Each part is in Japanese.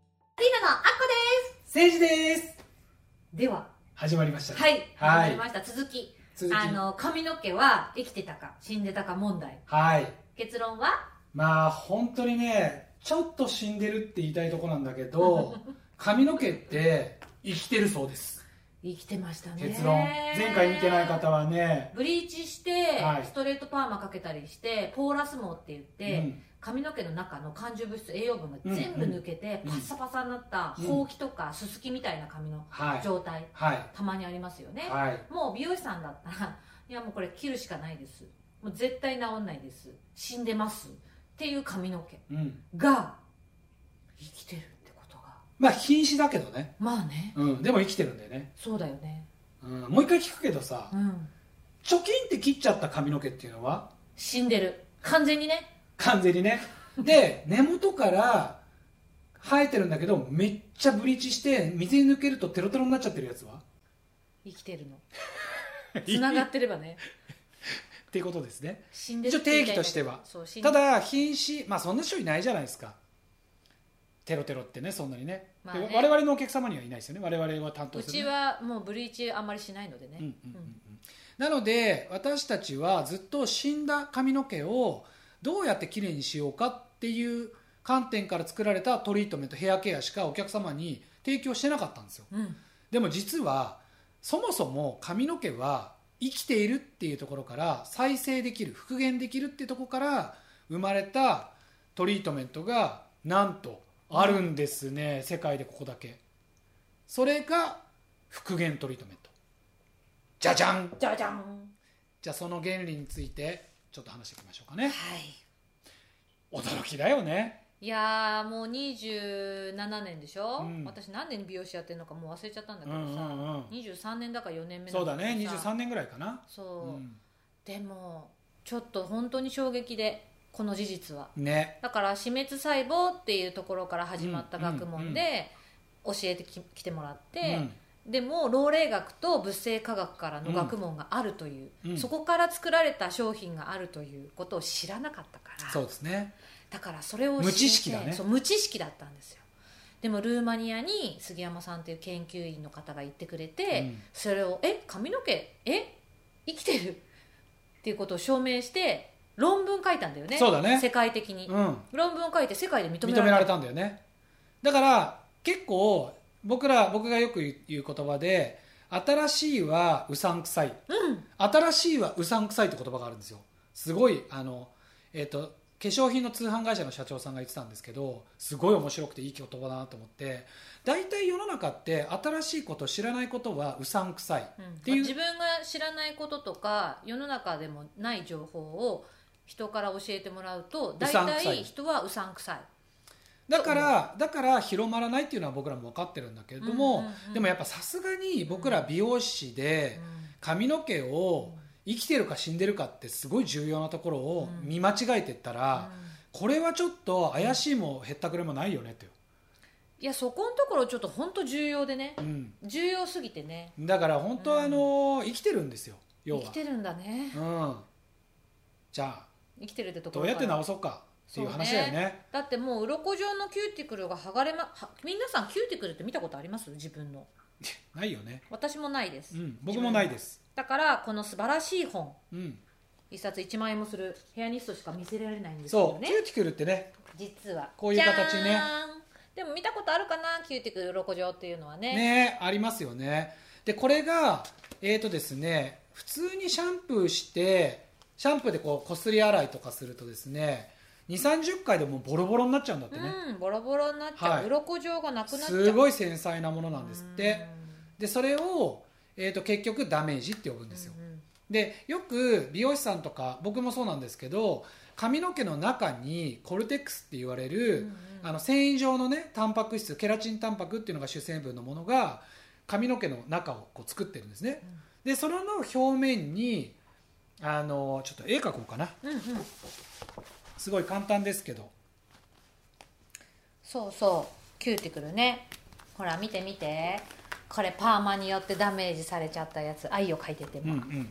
のあっこです政治ですでは始まりましたはい始まはりいました続き続きあの髪の毛は生きてたか死んでたか問題はい結論はまあ本当にねちょっと死んでるって言いたいとこなんだけ ど髪の毛って生きてるそうです生きてましたね結論前回見てない方はねブリーチして、はいストレートパーマかけたりしてポーラス毛って言って、うん髪の毛の中の感受物質栄養分が全部抜けて、うんパッサパサになったうんほうきとかすすきみたいな髪のはい状態、はいたまにありますよね、はいもう美容師さんだったら 「いやもうこれ切るしかないです」「もう絶対治んないです」「死んでます」っていう髪の毛うんが生きてるってことがまあ瀕死だけどねまあねうんでも生きてるんだよねそうだよねうんもう一回聞くけどさうん貯金って切っちゃった髪の毛っていうのは死んでる完全にね完全にねで根元から生えてるんだけどめっちゃブリーチして水に抜けるとテロテロになっちゃってるやつは生きてる の繋がってればねっていうことですね死んでる一応定義としてはそう死んでただ瀕死まあそんな人いないじゃないですかテロテロってねそんなにね,で、まあね我々のお客様にはいないですよね我々は担当うするちね、はもうブリーチあんまりしないのでね、うんうんうんうんなので私たちはずっと死んだ髪の毛をどうやってきれいにしようかっていう観点から作られたトリートメントヘアケアしかお客様に提供してなかったんですようんでも実はそもそも髪の毛は生きているっていうところから再生できる復元できるっていうところから生まれたトリートメントがなんとあるんですね、世界でここだけそれが復元トリートメントじゃじゃんじゃじゃんじゃあその原理についてちょっと話していきましょうかはね驚きだよねいいやーもう27年でしょ、うん私何年美容師やってるのかもう忘れちゃったんだうけんどうさ、んうん23年だから4年目そうだけねどさ23年ぐらいかなうそう、んでもちょっと本当に衝撃でこの事実はねだから死滅細胞っていうところから始まったうんうん学問で教えてききてもらって、うんでも老齢学と物性科学からの学問があるという、うんそこから作られた商品があるということを知らなかったからそうですねだからそれを無知識だねそう無知識だったんですよでもルーマニアに杉山さんという研究員の方が行ってくれて、うんそれを「え髪の毛え生きてる?」っていうことを証明して論文書いたんだよねそうだね世界的に、うん論文を書いて世界で認めら認めれたられたんだよねだから結構僕ら僕がよく言う言葉で新しいはうさんくさいうん新しいはうさんくさいって言葉があるんですよすごいあのえっ、と化粧品の通販会社の社長さんが言ってたんですけどすごい面白くていい言葉だなと思って大体世の中って新しいこと知らないことはうさんくさいうんていう自分が知らないこととか世の中でもない情報を人から教えてもらうとう大さんくさい体人はうさんくさいだからだから広まらないっていうのは僕らも分かってるんだけれども、うんうんうんでもやっぱさすがに僕ら美容師で、髪の毛を生きてるか死んでるかってすごい重要なところをうん見間違えてったうんら、うんこれはちょっと怪しいもへったくれもないよねって、いやそこのところちょっと本当重要でねうん、重要すぎてねだから本当はあの生きてるんですよ要生はきてるんだねうん、じゃあ生きてるってとこどろうやってから直そうかっていう話だよねだってもう鱗状のキューティクルが剥がれまは皆さんキューティクルって見たことあります自分のないよね、私もないです、うん、僕もないです、だからこの素晴らしい本うん、一冊1万円もするヘアニストしか見せられないんですよそう、ねキューティクルってね実はこういう形ねじゃーんでも見たことあるかなキューティクル鱗状っていうのはねねありますよねでこれがえーとですね普通にシャンプーしてシャンプーでこうこすり洗いとかするとですね2 3 0回でもうボロボロになっちゃうんだってね、うんボロボロになっちゃう、はい鱗状がなくなっちゃうすいごい繊細なものなんですってでそれを、えー、と結局ダメージって呼ぶんですよ、でよく美容師さんとか僕もそうなんですけど髪の毛の中にコルテックスって言われる、あの繊維状のねタンパク質ケラチンタンパクっていうのが主成分のものが髪の毛の中をこう作ってるんですね、でその表面にあのちょっと絵描こうかなうんうんうんすごい簡単ですけどそうそうキューティクルねほら見て見てこれパーマによってダメージされちゃったやつ愛を書いててうんも、うん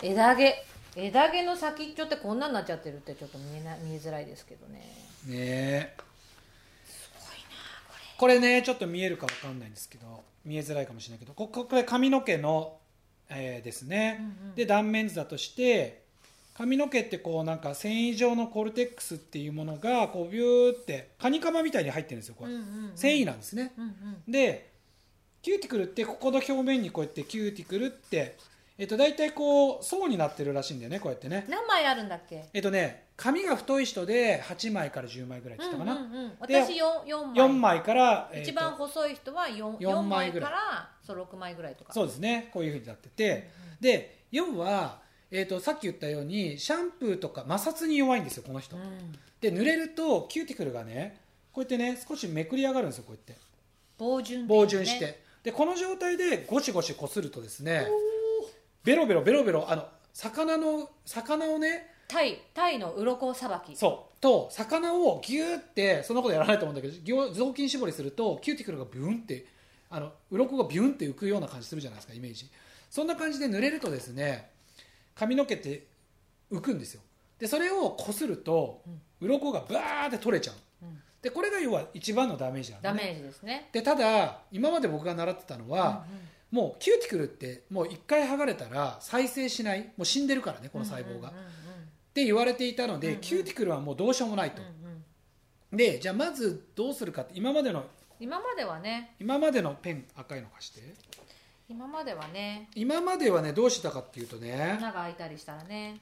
枝毛枝毛の先っちょってこんなになっちゃってるってちょっと見えな見えづらいですけどねねえすごいなこれこれねちょっと見えるかわかんないんですけど見えづらいかもしれないけどこここれ髪の毛の、えーですね、で断面図だとして髪の毛ってこうなんか繊維状のコルテックスっていうものがこうビューってカニカマみたいに入ってるんですよこれ、繊維な、なんですねうんうんでキューティクルってここの表面にこうやってキューティクルって、えっと、大体こう層になってるらしいんだよねこうやってね何枚あるんだっけえっとね髪が太い人で8枚から10枚ぐらいって言ったかな、うんうんうん、で私 4, 四枚4枚から、えっと一番細い人は 4, 四四枚枚ぐからいらそう6枚ぐらいとかそううですねこういうふうになってて、で要は、えっとさっき言ったようにシャンプーとか摩擦に弱いんですよこの人、んうんで濡れるとキューティクルがねこうやってね少しめくり上がるんですよこうやって防潤っていうね防潤して、でこの状態でゴシゴシこするとですねベロベロベロベロあの魚の魚をねタイタイの鱗さばきそうと魚をギューってそんなことやらないと思うんだけどぎょ雑巾絞りするとキューティクルがビューンってあの鱗がビューンって浮くような感じするじゃないですかイメージそんな感じで濡れるとですね髪の毛って浮くんですよでそれをこすると鱗がバーって取れちゃう、うんでこれが要は一番のダメージなんでダね、メージですねでただ今まで僕が習ってたのは、もうキューティクルってもう1回剥がれたら再生しないもう死んでるからねこの細胞が、っうんうんて言われていたので、うんうんキューティクルはもうどうしようもないうんと、うんうんうんでじゃあまずどうするかって今までの今まではね今までのペン赤いの貸して今まではね今まではねどうしてたかっていうとね穴が開いたりしたらね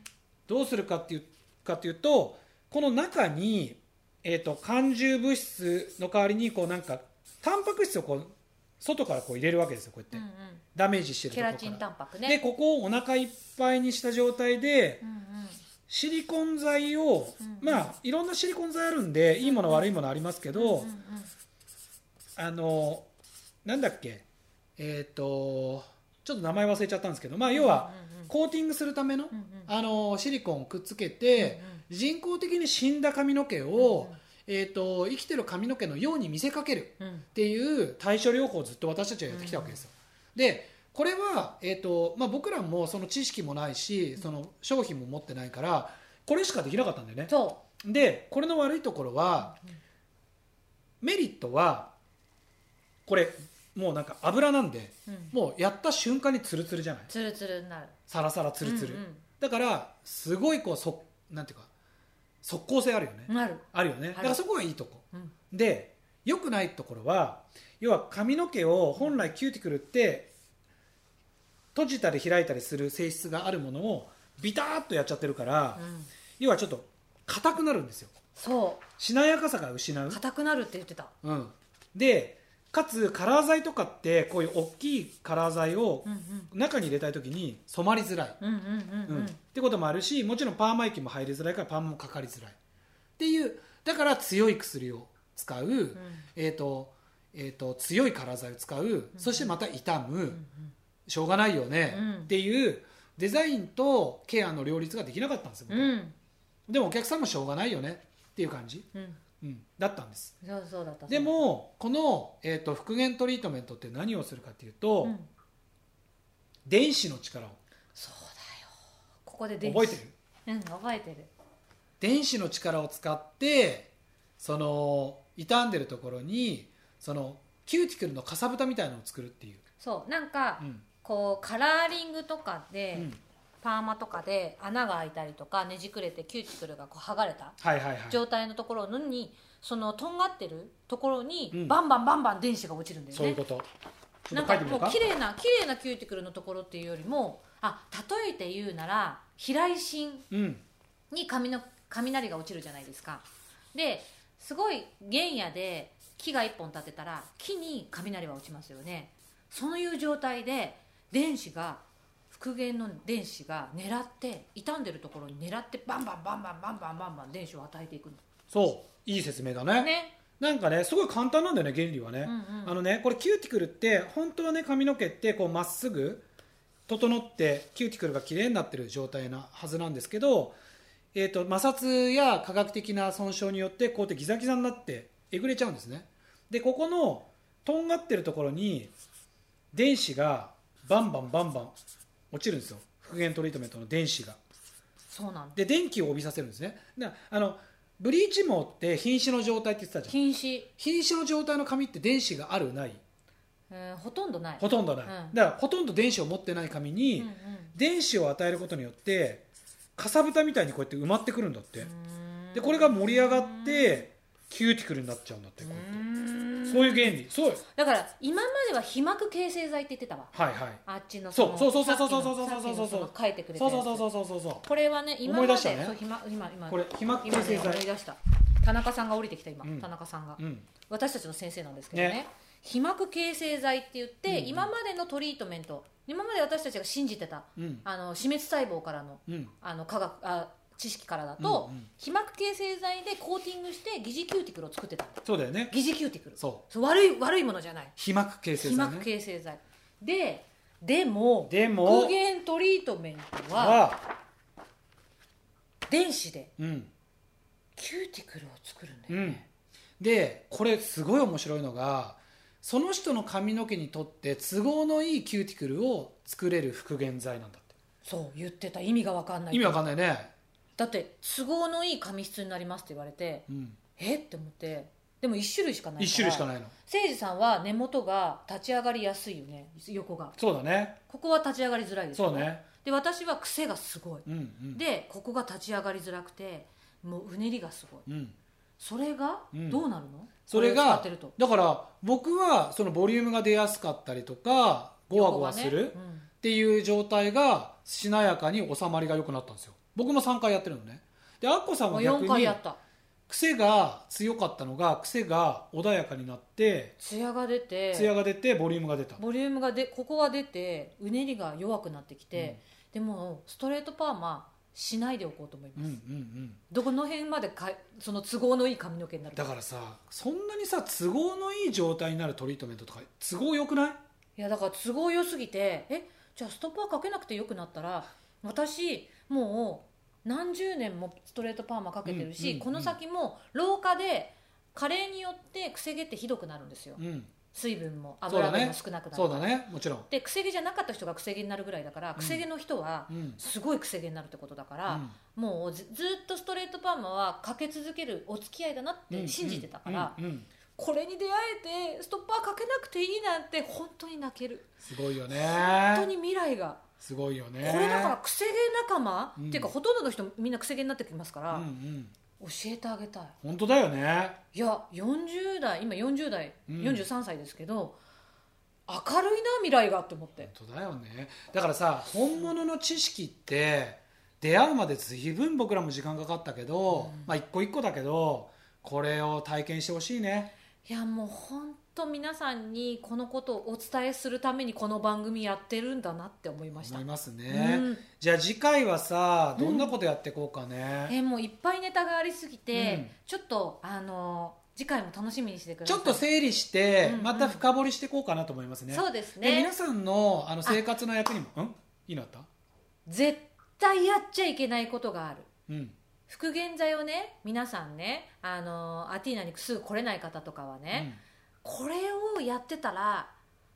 どうするかっていうかっていうとこの中に、えー、と感受物質の代わりにこうなんかタンパク質をこう外からこう入れるわけですよこうやって、うんうんダメージしてるとケころラからチンタンパクでねここをお腹いっぱいにした状態でうんうんシリコン剤を、うんまあいろんなシリコン剤あるんでいいもの悪いものありますけうんど、うんうんあのなんだっけえっ、とちょっと名前忘れちゃったんですけどまあ要はうんうんコーティングするための、うんうんあのシリコンをくっつけて、人工的に死んだ髪の毛を、えー、と生きてる髪の毛のように見せかけるうんうんっていう対処療法をずっと私たちはやってきたわけですよ。でこれは、えーとまあ、僕らもその知識もないしその商品も持ってないからこれしかできなかったんだよね。そでこれの悪いところはメリットはこれもうなんか油なんでううんもうやった瞬間にツルツルじゃないツルツルになるサラサラツルツル、うんだからすごいこうそなんていうか即効性あるよね、うんなるあるよねだからそこがいいとこうんで良くないところは要は髪の毛を本来キューティクルって閉じたり開いたりする性質があるものをビターッとやっちゃってるから、うん要はちょっと硬くなるんですよそしなやかさが失うう、硬くなるって言ってたうん、でかつカラー剤とかってこういう大きいカラー剤をうんうん中に入れたい時に染まりづらい、うんうんううんんうっんてこともあるしもちろんパーマ液も入りづらいからパーマもかかりづらいっていうだから強い薬を使う、うんえーとえー、と強いカラー剤を使う、そしてまた痛む、んしょうがないよね、うんっていうデザインとケアの両立ができなかったんですよ、僕はうんでもお客さんもしょうがないよねっていう感じ、うんうん、だったんですそうそうだったでもこの、えー、と復元トリートメントって何をするかっていうと、うん電子の力をそうだよここで電子覚えてるうん覚えてる電子の力を使ってその傷んでるところにそのキューティクルのかさぶたみたいなのを作るっていう、そうなんかうんこうカラーリングとかうでん、パーマとかで穴が開いたりとかねじくれてキューティクルがこう剥がれたはいはいはい状態のところのにそのとんがってるところうにんバンバンバンバン電子が落ちるんだよそういうねことちょなっんと書かいてみもよううか綺麗な綺麗なキューティクルのところっていうよりもあ例えて言うなら飛来芯うんに髪の雷が落ちるじゃないですかですごい原野で木が1本立てたら木に雷は落ちますよねそういう状態で電子が復元の電子が狙って傷んでるところに狙ってバンバンバンバンバンバンバンバン電子を与えていくんだそういい説明だねねなんかねすごい簡単なんだよね原理はね、うんうんあのねこれキューティクルって本当はね髪の毛ってこうまっすぐ整ってキューティクルが綺麗になってる状態なはずなんですけど、えー、と摩擦や科学的な損傷によってこうやってギザギザになってえぐれちゃうんですねでここのとんがってるところに電子がバンバンバンバン落ちるんですよ復元トリートメントの電子がそうなんだで電気を帯びさせるんですねだあのブリーチ毛って瀕死の状態って言ってたじゃん禁止、瀕死の状態の髪って電子があるないえーほとんどないほとんどない、うんだからほとんど電子を持ってない髪に、うんうん電子を与えることによってかさぶたみたいにこうやって埋まってくるんだってうーんでこれが盛り上がってキューティクルになっちゃうんだってうこうーんそういう原理そうよだから今までは皮膜形成剤って言ってたわはいはいあっちのそうのそうそうそうさっきのそうそうそうそうそさっうきのの書いてくれてそうそうそうそうそうそうそこれはね今まで思い出したねそう今今今うこれ皮膜今形ね成思い剤出した田中さんが降りてきた今、うん田中さんがうん私たちの先生なんですけどねね皮膜形成剤って言って、うんうん今までのトリートメント今まで私たちが信じてたうんあの死滅細胞からのうんあの科学あ知識からだと、うんうん皮膜形成剤でコーティングして疑似キューティクルを作ってたのそうだよね疑似キューティクルそうそう悪い悪いものじゃない皮膜形成皮剤膜ね形成剤ででもでも復元トリートメントはは電子でうんキューティクルを作るんだうよ、んでこれすごい面白いのがその人の髪の毛にとって都合のいいキューティクルを作れる復元剤なんだってそう言ってた意味が分かんない意味わかんないね、だって都合のいい髪質になりますって言われてうん、えって思ってでも1種類しかないから1種類しかいないの誠司さんは根元が立ち上がりやすいよね横がそうだねここは立ち上がりづらいですよそうねで私は癖がすごいうんうんでここが立ち上がりづらくてもううねりがすごいうんそれがうんどうなるの、それがこを使ってるとだから僕はそのボリュームが出やすかったりとかゴワゴワする横がねっていう状態がしなやかに収まりが良くなったんですよ僕も3回やってるのねでアッコさうんん、もはう逆4回にやった癖が強かったのが癖が穏やかになってツヤが出て艶が出てボリュームが出たボリュームがでここは出てうねりが弱くなってきて、でもストレートパーマしないでおこうと思いうんまうす、んうんどこの辺までかその都合のいい髪の毛になるだからさそんなにさ都合のいい状態になるトリートメントとか都合よくないいやだから都合良すぎてえじゃあストッパーかけなくてよくなったら私もう何十年もストレートパーマかけてるし、うんうんうんこの先も老化で加齢によってくせ毛ってひどくなるんですようん水分もそう油だね分も少なくなるそうだねもちろんでくせ毛じゃなかった人がくせ毛になるぐらいだからくせ毛の人はうんすごいくせ毛になるってことだから、もうずずっとストレートパーマはかけ続けるお付き合いだなっうんて信じてたから、うんうんうんこれに出会えてストッパーかけなくていいなんて本当に泣けるすごいよね本当に未来が、すごいよねこれだからくせ毛仲間、うっんていうかほとんどの人みんなくせ毛になってきますから、うんうん教えてあげたい本当だよねいや40代今40代、うん43歳ですけど明るいな未来がって思って本当だよねだからさ本物の知識って出会うまで随分僕らも時間かかったけど、うんまあ一個一個だけどこれを体験してほしいねいやもう本当皆さんにこのことをお伝えするためにこの番組やってるんだなって思いました思いますね、うんじゃあ次回はさどんなことやっていこうかね、えーもういっぱいネタがありすぎて、うんちょっとあのー次回も楽しみにしてくだちさいょっと整理してうんまた深掘りしていこうかなと思いますね、そうですでね皆さんのあの生活の役にもうんいいのあった絶対やっちゃいけないことがあるうん復元剤をね皆さんねあのーアティーナにすぐ来れない方とかはね、これをやってたら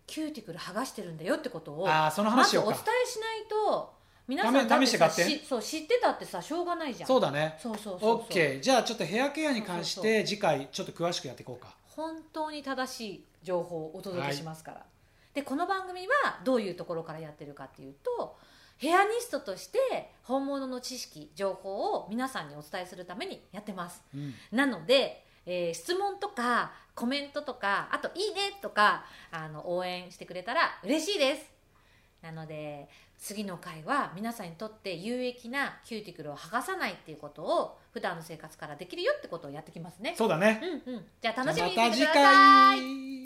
キューティクル剥がしてるんだよってことうをん、ああそのま話しずよおう伝えかしないと皆さんだって試して買さってしそう知ってたってさしょうがないじゃんそうだねそうそうそうそうオッケーじゃあちょっとヘアケアに関しそうそうて次回ちょっと詳しくやっていこうか本当に正しい情報をお届けしますから、でこの番組はどういうところからやってるかっていうとヘアニストとして本物の知識情報を皆さんにお伝えするためにやってますうんなので、えー質問とかコメントとかあと「いいね」とかあの応援してくれたら嬉しいですなので次の回は皆さんにとって有益なキューティクルを剥がさないっていうことを普段の生活からできるよってことをやってきますねそうだねうんうんじゃあ楽しじゃみあにしてくださいまた次回